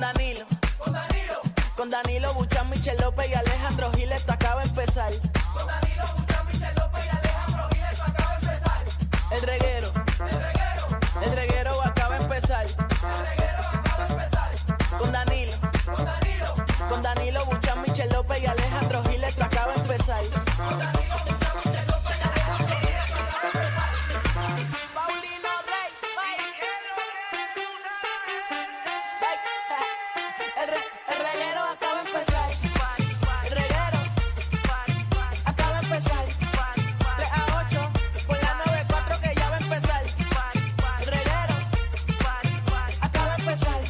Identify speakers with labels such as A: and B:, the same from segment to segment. A: Danilo. Con Danilo. Con Danilo Buchan, Michel López y Alejandro Gil, esto acaba de empezar. Con Danilo Buchan, Michel López y Alejandro Gil, esto acaba de empezar. El reguero. El reguero. El reguero acaba de empezar. El reguero acaba de empezar. Con Danilo. Con Danilo. Con Danilo Buchan, Michel López y Alejandro Gil, esto acaba de empezar. Con Danilo Buchan, Michel López y Alejandro Gil, esto acaba de empezar. Paulino Rey. El, re- el reguero acaba de empezar. El reguero acaba de empezar. 3 a 8 por la 94 que ya va a empezar. El reguero acaba de empezar.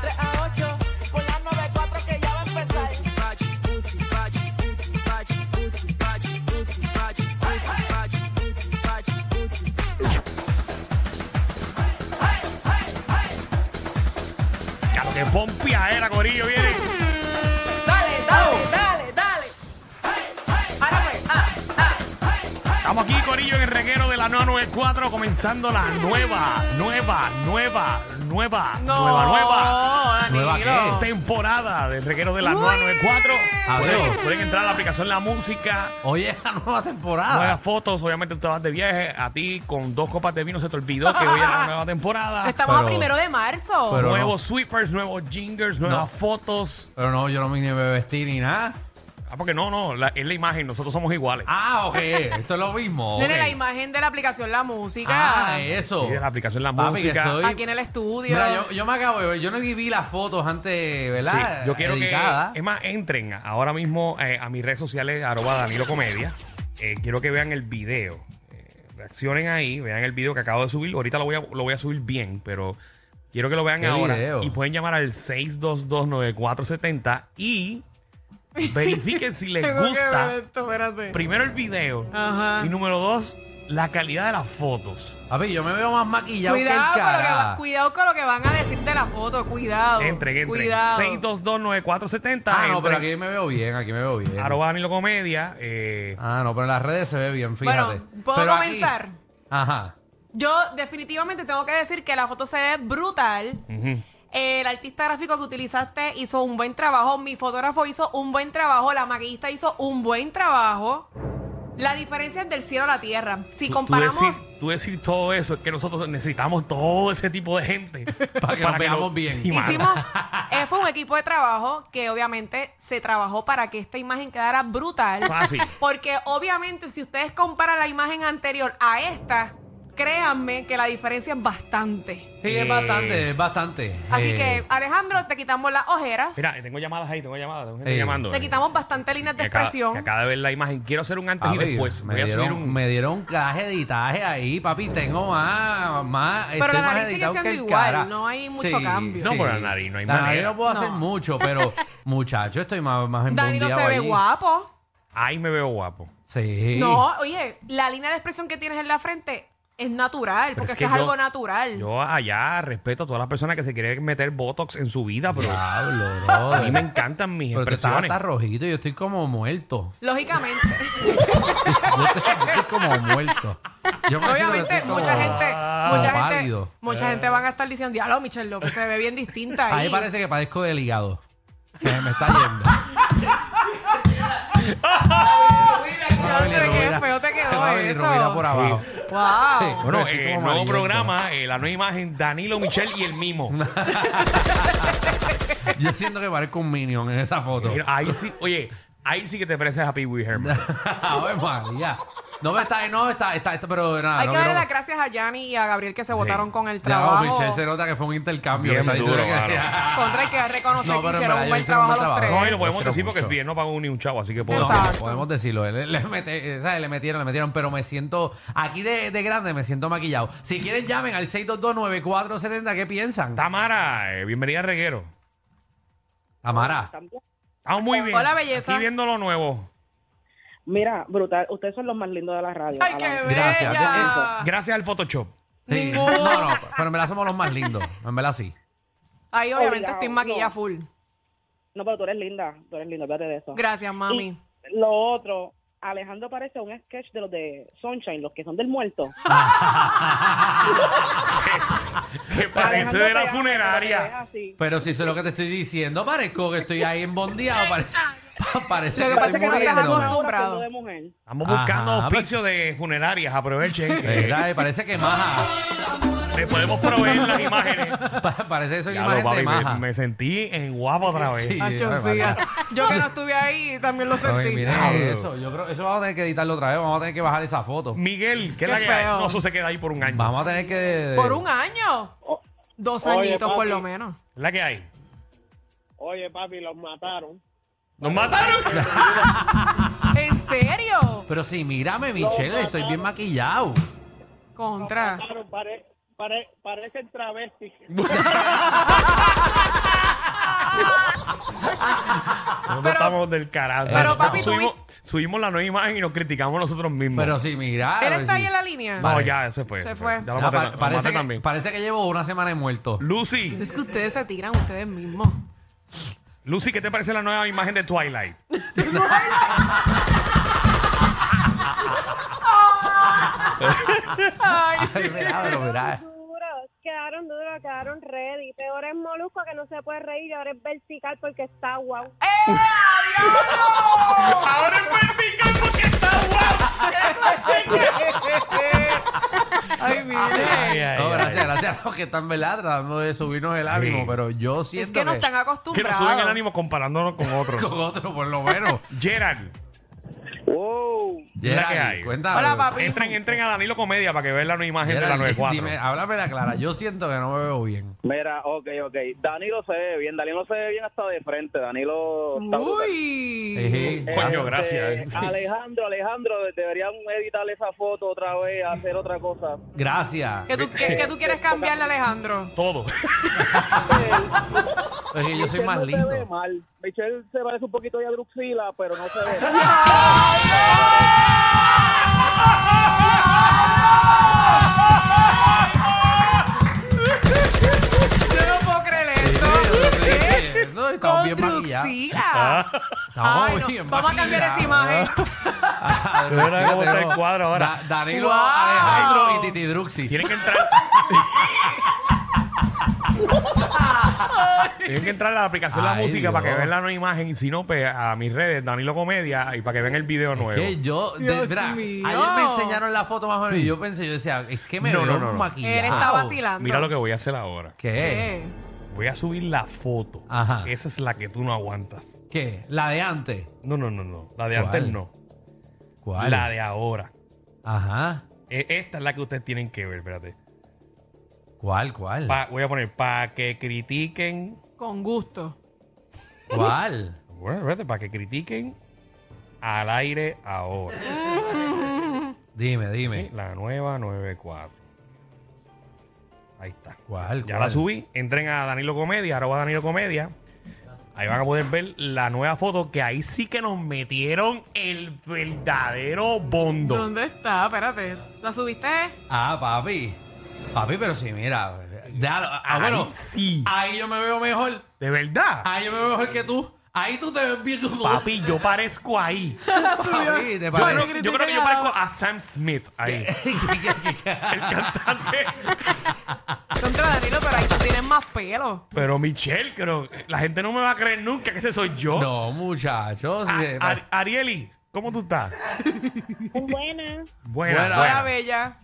A: 3 a 8 por la 94 que ya va a empezar.
B: Claro, que pompiadera, Corillo, viene.
A: Dale, dale, dale, dale. Ahora pues, ah, ah.
B: Estamos aquí, Corillo, en el reguero de la 994, comenzando la nueva, nueva, nueva, nueva, nueva, nueva.
C: ¿Nueva
B: eh, temporada del reguero de la 994. Pueden, pueden entrar a la aplicación La Música.
C: Hoy es la nueva temporada.
B: Nuevas fotos, obviamente tú te vas de viaje. A ti con dos copas de vino se te olvidó que hoy es la nueva temporada.
D: Estamos
C: Pero-
D: a primero de marzo.
C: pero no.
B: nuevos sweepers, nuevos jingers, nuevas
C: No.
B: fotos.
C: Pero no, yo no me ni me vestir ni nada.
B: Ah, porque no, no, la- es la imagen, nosotros somos iguales.
C: Ah, ok. Esto es lo mismo. ok.
D: Nene, la imagen de la aplicación La Música.
C: Ah, eso.
B: Y de la aplicación La
C: Papi, que
B: Música.
C: soy-
D: aquí en el estudio.
C: Mira, yo, yo me acabo de ver. Yo no vi las fotos antes,
B: Sí,
C: ¿verdad?
B: yo quiero
C: Editadas.
B: que, es más, entren ahora mismo eh, a mis redes sociales, arroba Danilo Comedia. Eh, quiero que vean el video. Eh, reaccionen ahí, vean el video que acabo de subir. Ahorita lo voy a, lo voy a subir bien, pero quiero que lo vean
C: ¿Qué
B: ahora.
C: video?
B: Y pueden llamar al 6229470 y verifiquen si les
D: Tengo que
B: gusta
D: ver esto, espérate.
B: primero el video
D: Ajá.
B: y número dos, la calidad de las fotos.
C: Papi, yo me veo más maquillado
D: Cuidado,
C: que el
D: con lo que
C: cara. Ah,
D: va- cuidado con lo que van a decir de la foto. Cuidado.
B: Entren, entren.
D: Cuidado.
B: 6229470.
C: ah, no,
B: entren.
C: pero aquí me veo bien, aquí me veo bien.
B: Arroba Danilo Comedia. Eh,
C: Ah, no, pero en las redes se ve bien, fíjate.
D: Bueno, ¿puedo
C: Pero aquí-
D: comenzar?
C: Ajá.
D: Yo definitivamente tengo que decir que la foto se ve brutal.
B: ujú.
D: El artista gráfico que utilizaste hizo un buen trabajo. Mi fotógrafo hizo un buen trabajo. La maquillista hizo un buen trabajo. La diferencia es del cielo a la tierra. Si
B: Tú-
D: comparamos.
B: Tú decir, tú decir todo eso es que nosotros necesitamos todo ese tipo de gente. para
C: nos veamos bien.
B: sí, mano.
D: Hicimos, eh, fue un equipo de trabajo que obviamente se trabajó para que esta imagen quedara brutal.
B: Fácil.
D: Porque obviamente si ustedes comparan la imagen anterior a esta, créanme que la diferencia es bastante.
C: Sí,
B: Eh,
C: es bastante, es bastante.
D: Así
C: Eh,
D: que Alejandro, te quitamos las ojeras,
B: Mira, tengo llamadas ahí, tengo llamadas, tengo gente
C: Eh.
B: llamando.
D: te
B: eh.
D: quitamos bastante líneas de
B: Que acaba-
D: expresión.
B: que acaba de ver la imagen. Quiero hacer un antes
C: Papi,
B: y después.
C: Me
B: Voy a subir
C: dieron,
B: un-
C: me dieron un claje de editaje ahí, papi. Tengo más. más
D: Pero la
C: más
D: nariz sigue
C: editado que
D: siendo
C: el
D: igual, no hay mucho cambio.
B: No, pero la nariz no hay
C: La nariz
B: manera.
C: no puedo hacer
D: No.
C: mucho, pero muchacho, estoy más, más
D: Danilo se
C: embondeado
D: ve
C: ahí.
D: guapo.
B: Ahí me veo guapo.
C: Sí.
D: No, oye, la línea de expresión que tienes en la frente es natural, porque
B: es
D: eso
B: que
D: es
B: yo-
D: algo natural.
B: Yo allá respeto a todas las personas que se quieren meter Botox en su vida, pero
C: Diablo,
B: a
C: brother.
B: mí me encantan mis
C: Pero tú estás
B: expresiones.
C: hasta rojito y yo estoy como muerto.
D: Lógicamente.
C: Yo estoy, yo estoy como muerto. Yo me siento que
D: Obviamente,
C: estoy como-
D: mucha gente,
B: Ah,
D: mucha
C: como
D: gente,
C: pálido.
D: mucha gente van a estar diciendo, diablo, Michelle López se ve bien distinta
C: A mí
D: ahí.
C: parece que padezco del hígado. Que me está yendo.
D: Diablo, pero qué feo te quedó
C: Papi, Rubina por
D: eso.
C: abajo. Sí.
D: Wow.
B: Bueno,
C: Estoy
B: eh, nuevo
C: como amarillento.
B: programa, eh, la nueva imagen, Danilo, Michelle y el mimo.
C: Yo siento que parezco un minion en esa foto.
B: Mira, Ahí sí, oye, ahí sí que te pareces a Pee Wee Herman.
C: Ave María. No me está, no está, está, está pero nada.
D: Hay
C: Ah, no
D: que darle
C: quiero-
D: las gracias a Yanni y a Gabriel que se votaron con el
C: Ya, no,
D: trabajo.
C: Michelle se nota que fue un intercambio.
B: Bien
C: que está diciendo
B: duro,
C: que-
B: claro.
D: Contra hay que reconocer
C: No,
D: que
C: pero en
D: hicieron
C: verdad,
D: un
C: ellos hicieron
D: buen
C: un
D: trabajo
C: buen
D: los tres.
C: trabajo.
B: No, y lo podemos
C: Pero
B: decir porque
C: mucho.
B: bien no pagó ni un chavo, así que puedo.
C: No,
D: Exacto.
C: podemos decirlo. Le, le mete- eh, ¿sabes? le metieron, le metieron, pero me siento, aquí de, de grande me siento maquillado. Si quieren llamen al 6229470, ¿qué piensan?
B: Tamara, eh, bienvenida a Reguero.
C: Tamara.
B: Estamos muy bien.
D: Hola, belleza.
B: Aquí viendo lo nuevo.
E: Mira, brutal. Ustedes son los más lindos de la radio.
D: Ay, qué
E: Alan.
C: Gracias,
D: bella.
B: Gracias al Photoshop.
C: Sí.
D: Ninguno.
C: No, no, pero en verdad somos los más lindos. En verdad sí.
D: Ahí obviamente
E: Obligado,
D: estoy maquillada
E: no.
D: full.
E: No, pero tú eres linda. Tú eres linda, fíjate de eso.
D: Gracias, mami.
E: Y lo otro, Alejandro parece un sketch de los de Sunshine, los que son del muerto.
B: que parece de
E: Alejandro te hace,
B: la
E: pero te deja
B: funeraria.
E: así.
C: Pero si eso es lo que te estoy diciendo, parezco que estoy ahí embondeado. Parece, parece
D: Lo que
C: que,
D: pasa
C: estoy
D: es que no estás
C: muriéndome.
E: Ahora
D: acostumbrado.
E: siendo de mujer.
B: Estamos buscando
C: Ajá, Eh,
B: auspicios de funerarias, aprovechen. que
C: ¿Verdad? Y Parece que maja.
B: Le podemos proveer las imágenes.
C: Pa- Parece que soy
B: Ya
C: la
B: lo,
C: imagen
B: papi,
C: de
B: me,
C: maja.
B: me sentí en guapo otra vez.
C: Sí.
D: Acho,
C: ay,
D: sí,
C: madre.
D: ah, Yo que no estuve ahí también lo
C: Ay,
D: sentí.
C: miren
B: Diablo.
C: eso. Yo creo eso vamos a tener que editarlo otra vez. Vamos a tener que bajar esa foto.
B: Miguel, ¿qué es
D: Qué
B: la que hay?
D: feo.
B: No, eso se queda ahí por un año.
C: Vamos a tener que.
D: Por un año.
F: O-
D: Dos
F: Oye,
D: añitos por
F: papi.
D: lo menos.
B: ¿Es la que hay?
F: Oye, papi, los mataron.
B: ¡Nos mataron!
D: ¿En serio?
C: Pero sí, mírame, Michelle, estoy bien maquillado.
D: Contra.
F: Mataron, pare, pare, parecen travestis.
B: Nosotros
D: Pero-
B: estamos del carajo.
C: Pero,
D: papi, tú
B: subimos, subimos la nueva imagen y nos criticamos nosotros mismos.
C: Pero sí, mira.
D: Él
C: a ver
D: está
C: si-
D: ahí en la línea.
B: no,
C: Vale.
B: Ah, ya, se fue.
D: Se fue.
B: Ya lo
C: Ya,
B: maté,
C: pa-
B: lo
C: parece,
B: maté
C: que,
B: también.
C: parece que llevo una semana de muerto.
B: Lucy,
D: Es que ustedes se tiran ustedes mismos.
B: Lucy, ¿qué te parece la nueva imagen de Twilight?
D: Ay.
C: Ay, mira, pero mira.
G: duros, quedaron duros, quedaron ready. Peor es Molusco que no se puede reír, ahora es vertical porque está guau.
D: ¡Eh, diablo!
B: ¡Ahora es vertical porque está guapo!
D: Ay,
B: Ay,
D: mire.
B: ay,
C: No,
B: ay.
C: gracias, gracias a los que están velada tratando de subirnos el ánimo,
B: Sí.
C: pero yo siento
D: Es que no están
B: Que nos suben el
D: acostumbrados.
B: ánimo comparándonos con otros.
C: con otro, por lo menos.
B: Gerard,
F: Wow.
B: Mira
C: Gerard,
B: que hay.
C: cuéntame.
D: Hola, papi.
B: entren, entren a Danilo Comedia para que vean la nueva imagen
C: Gerard,
B: de la 94.
C: dime, háblame la clara. Yo siento que no me veo bien.
H: Mira, ok, ok. Danilo se ve bien. Danilo se ve bien hasta de frente. Danilo. está brutal.
D: Uy.
C: Ejí.
B: Coño,
H: Este,
C: eh.
B: gracias.
H: Alejandro, Alejandro, deberían editarle esa foto otra vez, hacer otra cosa.
C: Gracias. Eh,
D: ¿Qué tú, qué- qué tú quieres cambiarle, Alejandro?
B: Todo.
C: Ejí, eh, yo soy
H: Michelle
C: más
H: no se ve
C: lindo.
H: mal. Michelle se parece un poquito a Druxila, pero no se ve.
D: Yo no puedo creer
C: Eh,
D: esto.
C: No, estamos bien maquillados.
B: Ah.
D: Construxila. Eh, Ay, no. Vamos a cambiar esa imagen.
B: Mira cómo está el cuadro ahora.
C: Ah, Da- Danilo,
D: Wow.
C: Alejandro y Titi Druxi.
B: Tienen que entrar. Tienen que entrar a la aplicación de la
C: Ay,
B: música
C: Dios.
B: para que vean la nueva imagen. Y si no, pues a mis redes, Danilo Comedia, y para que vean el video nuevo.
C: Que yo, de-
D: Dios
C: mira,
D: mío.
C: ayer me enseñaron la foto más o menos y yo pensé, yo decía, es que me
B: No,
C: veo
B: no, no, no.
C: maquillado.
D: Él está vacilando.
B: Mira lo que voy a hacer ahora.
C: ¿Qué?
D: ¿Qué?
B: Voy a subir la foto.
C: Ajá.
B: Esa es la que tú no aguantas.
C: ¿Qué? La de antes.
B: No, no, no, no. La de
C: ¿Cuál?
B: antes no.
C: ¿Cuál?
B: La de ahora.
C: Ajá.
B: E- Esta es la que ustedes tienen que ver, espérate.
C: ¿Cuál, cuál?
B: Pa- voy a poner para que critiquen.
D: Con gusto.
C: ¿Cuál?
B: Bueno, espérate, para que critiquen al aire ahora.
C: Dime,
B: Sí,
C: dime.
B: La nueva 94. Ahí está.
C: ¿Cuál?
B: Ya
C: cuál?
B: la subí. Entren a Danilo Comedia, arroba Danilo Comedia. Ahí van a poder ver la nueva foto que ahí sí que nos metieron el verdadero bondo.
D: ¿Dónde está? Espérate. ¿La subiste?
C: Ah, papi. Papi, pero sí, mira. Déjalo. Ah,
B: Ahí
C: bueno.
B: sí.
C: Ahí yo me veo mejor.
B: De verdad.
C: Ahí yo me veo mejor que tú. Ahí tú te ves bien como
B: Papi, yo parezco ahí.
C: Papi, ¿te
B: Yo creo,
C: parece?
B: yo creo que yo parezco a Sam Smith ahí. El cantante.
D: Contra Danilo, pero ahí tú tienes más pelo.
B: Pero Michelle, creo, la gente no me va a creer nunca que ese soy yo.
C: No, Ah, muchachos. sí,
B: A- Ar- Arieli, ¿cómo tú estás?
G: Buena,
B: Buena,
C: Buena.
D: Ahora bella.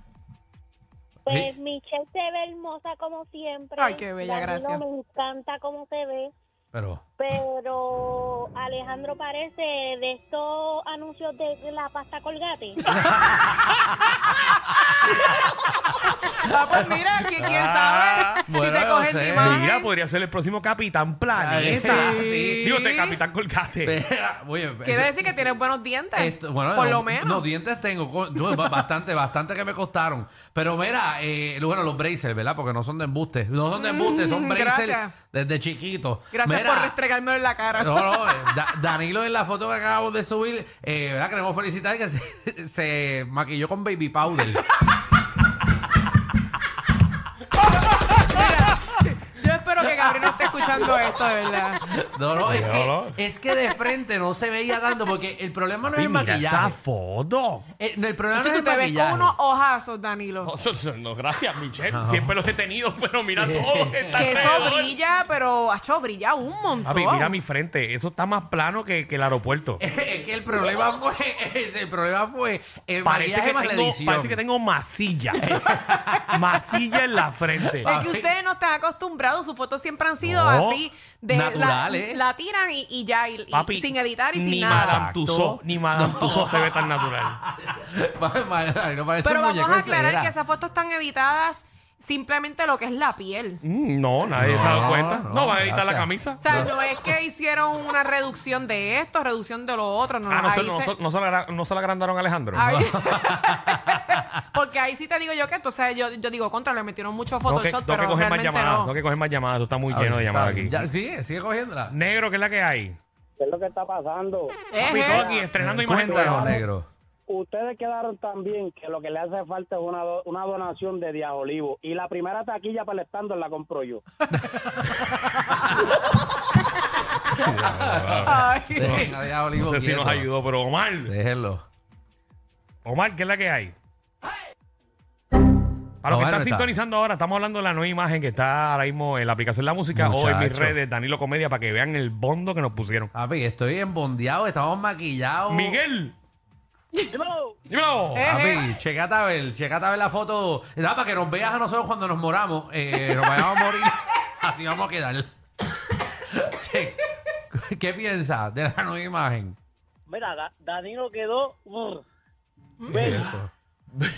G: pues Michelle se ve hermosa como siempre.
D: Ay, qué bella,
G: Danilo
D: gracias.
G: Me encanta cómo se ve,
C: pero.
G: pero Alejandro parece de estos anuncios de de la pasta colgate.
D: Ah, pues mira, ¿qui- ¿quién, sabe?
C: Ah, bueno,
D: si te
C: no
D: cogen de
C: sé. pues,
D: imagen.
B: Mira, podría ser el próximo Capitán
C: Ay,
B: Planeta.
D: sí.
B: Digo, de Capitán Colgate.
C: Espera, oye,
D: Quiere
C: eh,
D: decir que tienes buenos dientes.
C: esto- bueno,
D: por
C: no,
D: lo menos.
C: No, dientes tengo. co- yo, ba- bastante, bastante que me costaron. Pero mira, eh, bueno, los braces, ¿verdad? Porque no son de embuste. No son de embuste, son
D: Mm,
C: braces
D: gracias.
C: desde chiquito.
D: Gracias
C: Mira,
D: por restregármelo en la cara.
C: No, no, eh, Da- Danilo en la foto que acabamos de subir, eh, ¿verdad? Queremos felicitar que se, se maquilló con baby powder.
D: Yo espero que Gabriel no esté escuchando esto, de verdad.
C: No, no, es
B: Diablo.
C: que, es que de frente no se veía tanto porque el problema no es
B: Y
C: el
B: mira esa
C: maquillaje.
B: foto.
C: Eh, no, el problema
D: Chacho,
C: no es
D: tú
C: el
D: te ves
C: maquillaje.
D: con unos ojazos, Danilo.
B: No, eso- eso- no, gracias, Michelle. Siempre los he tenido, pero mira todo. está
D: Que eso
B: alrededor.
D: brilla, pero hecho brilla un montón.
B: Papi, mira mi frente. Eso está más plano que, que el aeropuerto.
C: es que el problema fue, el problema fue
B: Parece
C: el maquillaje
B: que,
C: más la
B: tengo,
C: edición.
B: parece que tengo masilla. masilla en la frente.
D: Es que ustedes no están acostumbrados, sus fotos siempre han sido
B: No,
D: así. De
C: naturales.
D: La, la tiran y, y ya, y, y
B: Papi,
D: sin editar y sin
B: ni
D: nada.
B: Madame Tussauds, ni Madame Tussauds se ve tan natural.
C: Ma- ma- no parece
D: Pero
C: un
D: vamos
C: muñeco
D: a
C: de
D: aclarar
C: cera.
D: que esas fotos están editadas simplemente lo que es la piel.
B: Mm, no, nadie se ha
C: No,
B: dado cuenta.
C: no,
B: No, van a editar
C: gracias.
B: la camisa.
D: O sea, no es que hicieron una reducción de esto, reducción de lo otro. No,
B: Ah, no, se,
D: ahí
B: no,
D: se-
B: se, no se la, agra- no se la agrandaron a Alejandro.
D: ahí- Porque ahí sí te digo yo que entonces yo, yo digo, contra, le metieron mucho
B: No que,
D: Photoshop,
B: no que
D: pero
B: coger más
D: realmente
B: llamadas, no.
D: no.
B: que coger más llamadas, tú estás muy
C: Está
B: lleno de
C: bien,
B: llamadas
C: está
B: aquí.
C: bien. Ya, sigue, sigue cogiéndola.
B: Negro, ¿qué es la que hay?
F: ¿Qué es lo que está pasando?
B: Papi,
D: Ejé.
B: todo aquí estrenando imagen.
C: Eh, Cuéntanos,
B: tuya.
C: negro.
F: Ustedes quedaron también que lo que le hace falta es una, do- una donación de Díaz Olivo. Y la primera taquilla para el stand la compro yo.
D: Ay.
C: Dejen a Diablo
B: No sé si
C: quieto.
B: nos ayudó, pero Omar,
C: Déjenlo.
B: Omar, ¿qué es la que hay? Para los que
C: Omar no
B: están
C: está.
B: sintonizando ahora, estamos hablando de la nueva imagen que está ahora mismo en la aplicación La Música o en mis
C: Muchacho.
B: redes, Danilo Comedia, para que vean el bondo que nos pusieron.
C: Papi, estoy embondeado, estamos maquillados.
B: Miguel. Dímelo.
D: Eh.
C: Papi, checate a ver, checate a ver la foto. Nada, para que nos veas a nosotros cuando nos moramos. Eh, nos vayamos a morir. Así vamos a quedar. Che, ¿Qué piensas de la nueva imagen?
F: Mira, Danilo quedó...
C: Eso. Bello.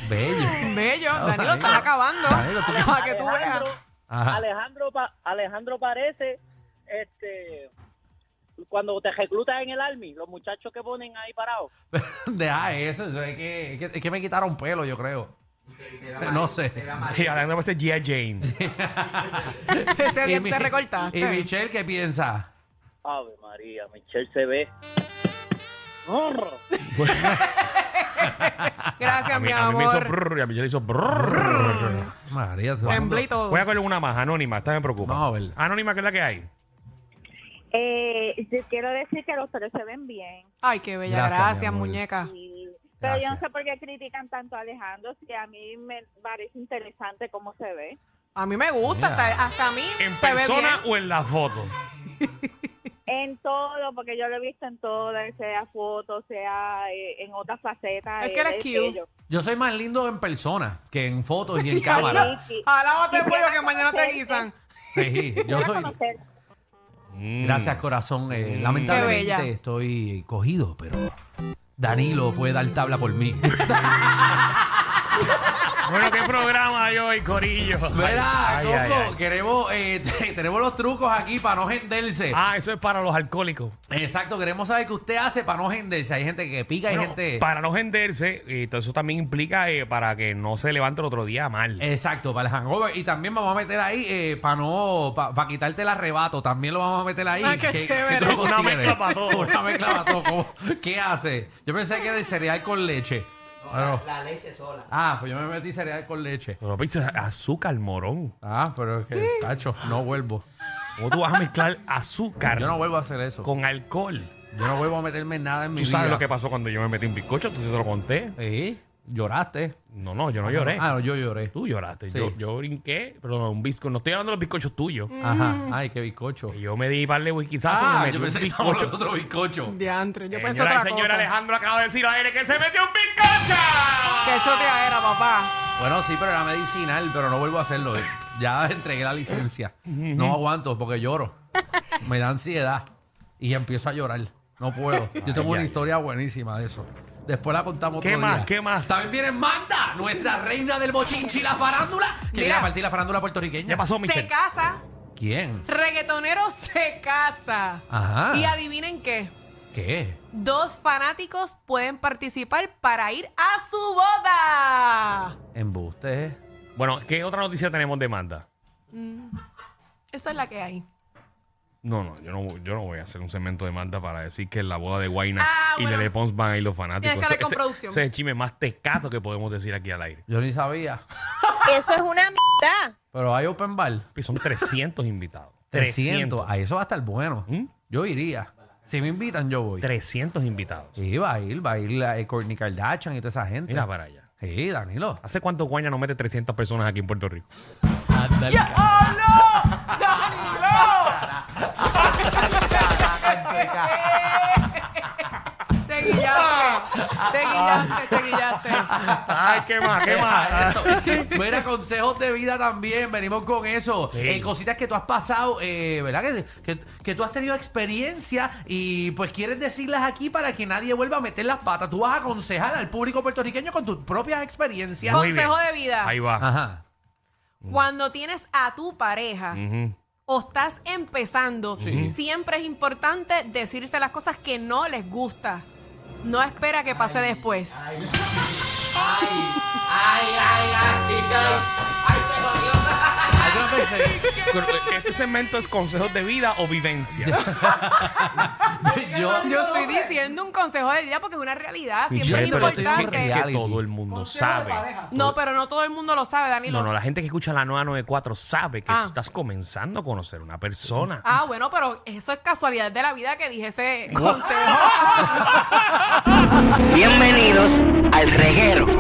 D: Bello, Danilo está acabando.
C: Danilo, tú-
D: Para que tú veas.
C: Ajá.
F: Alejandro, pa- Alejandro parece, este, cuando te reclutan en el army, los muchachos que ponen ahí parados.
C: Deja eso, eso es, que, es que- es que me quitaron pelo, yo creo. No sé.
B: Y Alejandro parece G.I. James.
D: Ese día
C: mi-
D: te
C: y
D: recortaste.
C: Michelle, ¿qué piensa?
F: Ave María, Michelle se ve.
D: Gracias,
B: A mí,
D: mi
B: a mí me hizo
D: amor.
B: brrr, y a mí le hizo brrr.
C: María, tú-
D: Temblito.
B: Voy a coger una más, anónima, esta me preocupa.
C: Vamos a ver.
B: Anónima, ¿qué es la que hay?
G: Eh, yo quiero decir que los tres se ven bien.
D: Ay, qué bella.
C: Gracias,
D: Gracias,
C: mi amor.
D: muñeca.
G: y- pero yo no
C: Gracias.
G: sé por qué critican tanto a Alejandro, si a mí me parece interesante cómo se ve.
D: A mí me gusta,
C: Mira.
D: hasta, hasta a mí
B: ¿En
D: se ve bien.
B: persona o en la foto?
G: En todo, porque yo lo he visto en todo, sea fotos, sea eh, en otras facetas.
D: Es que él es cute.
G: bello.
C: Yo soy más lindo en persona que en fotos y en
G: Ay,
C: cámara.
G: sí.
D: Alábate el
G: Sí,
D: pollo que
G: quiero
D: mañana te
G: conocerte.
D: guisan.
C: Sí, yo
G: Quiero
C: soy.
G: conocerte.
C: Gracias, corazón. Eh,
B: Mm.
D: Qué bella.
C: Lamentablemente estoy cogido, pero Danilo puede dar tabla por mí.
B: Bueno, ¿qué programa hay hoy, Corillo?
C: Verá,
B: Ay,
C: Coco,
B: ay, ay.
C: queremos, eh, tenemos los trucos aquí para no genderse.
B: Ah, eso es para los alcohólicos.
C: Exacto, queremos saber qué usted hace para no genderse. Hay gente que pica, hay
B: Bueno,
C: gente.
B: Para no genderse, y todo eso también implica eh, para que no se levante el otro día mal.
C: Exacto, para el hangover. Y también vamos a meter ahí, eh, para no, para quitarte el arrebato, también lo vamos a meter ahí.
D: Ah, qué chévere.
C: trucos
B: Una
C: tiene?
B: mezcla para todo.
C: Una mezcla para todo. ¿Cómo? ¿Qué hace? Yo pensé que era el cereal con leche. Pero-
I: La leche sola.
C: ah, pues yo me metí cereal con leche.
B: Pero pizza, azúcar, morón.
C: Ah, pero es que, tacho, no vuelvo.
B: ¿Cómo tú vas a mezclar azúcar
C: Yo no vuelvo a hacer eso.
B: con alcohol?
C: Yo no vuelvo a meterme nada en mi
B: Tú sabes
C: vida.
B: lo que pasó cuando yo me metí un bizcocho, tú te lo conté.
C: Sí, lloraste.
B: No, no, yo no lloré.
C: Ah, no, yo lloré.
B: Tú lloraste.
C: Sí.
B: Yo, yo brinqué, pero no, un bizcocho. No estoy hablando de los bizcochos tuyos.
C: Ajá. Ay, qué bizcocho.
B: Que Yo me di par de wikisazos y
C: Mm. Ah,
B: me
C: yo
B: metí
C: pensé
B: un
C: que estaba hablando
B: bizcocho.
C: de otro bizcocho.
D: Diantre, yo pensé
B: Señora Eh, y
D: otra
B: señor
D: cosa.
B: Alejandro acaba de decir al aire que se metió un bizcocho.
D: Qué chotea era, papá.
C: Bueno, sí, pero era medicinal, pero no vuelvo a hacerlo. eh. Ya entregué la licencia. No aguanto porque lloro. Me da ansiedad y empiezo a llorar. No puedo. Yo tengo una
B: ay,
C: historia buenísima de eso. Después la contamos
B: ¿Qué
C: otro
B: más?
C: día.
B: ¿Qué más?
C: También viene Magda, nuestra reina del bochinchi, la farándula. Que
D: Mira.
C: viene a partir la farándula puertorriqueña.
B: ¿Qué pasó,
D: Se
B: Oh, Michelle?
D: casa.
C: ¿Quién?
D: Reggaetonero se casa.
C: Ajá.
B: Ah.
D: Y adivinen qué.
C: ¿Qué?
D: Dos fanáticos pueden participar para ir a su boda.
C: Embuste. eh.
B: Bueno, ¿qué otra noticia tenemos de Manda?
D: Esa es la que hay.
B: No, no, yo no, voy- yo no voy a hacer un segmento de Manda para decir que en la boda de Guayna
D: Ah,
B: y
D: bueno.
B: Lele Pons van a ir los fanáticos.
D: Tienes que hablar
B: Ese-
D: con
B: ese-
D: producción.
B: Ese es el chisme más tecato que podemos decir aquí al aire.
C: Yo ni sabía.
J: Eso es una mitad.
C: Pero hay open bar.
B: Y Son 300 invitados. 300.
C: 300. Ahí eso va a estar bueno.
B: ¿Mm?
C: Yo iría. Si me invitan, yo voy.
B: 300 invitados.
C: Sí, va a ir, va a ir la, eh, Kourtney Kardashian y toda esa gente.
B: Mira para allá.
C: Sí, Danilo.
B: ¿Hace cuánto Guaña no mete 300 personas aquí en Puerto Rico?
D: ¡Diablo! ¡Oh, ¡Danilo! Te guillaste, te guillaste, te guillaste.
B: ¡Ay, qué más, qué más!
C: Ah, Mira, consejos de vida también, venimos con eso.
B: Sí.
C: Eh, cositas que tú has pasado, eh, ¿verdad? Que, que, que tú has tenido experiencia y pues quieres decirlas aquí para que nadie vuelva a meter las patas. Tú vas a aconsejar al público puertorriqueño con tus propias experiencias.
B: Muy bien.
D: Consejo de vida.
B: Ahí va.
C: Ajá.
D: Cuando tienes a tu pareja
B: Ujú.
D: o estás empezando, siempre es importante decirse las cosas que no les gusta. No espera que pase después.
C: Algunas veces-
B: Pero, eh, Este segmento es consejos de vida o vivencias.
C: yo,
D: Yo estoy diciendo un consejo de vida porque es una realidad, siempre es
B: Sí, pero es que-
D: importante.
B: es que
C: Reality.
B: todo el mundo sabe.
D: No, pero no todo el mundo lo sabe, Danilo.
B: No, no, la gente que escucha la 994 sabe que
D: Ah.
B: tú estás comenzando a conocer una persona.
D: Ah, bueno, pero eso es casualidad de la vida que dije ese consejo.
A: Bienvenidos al reguero.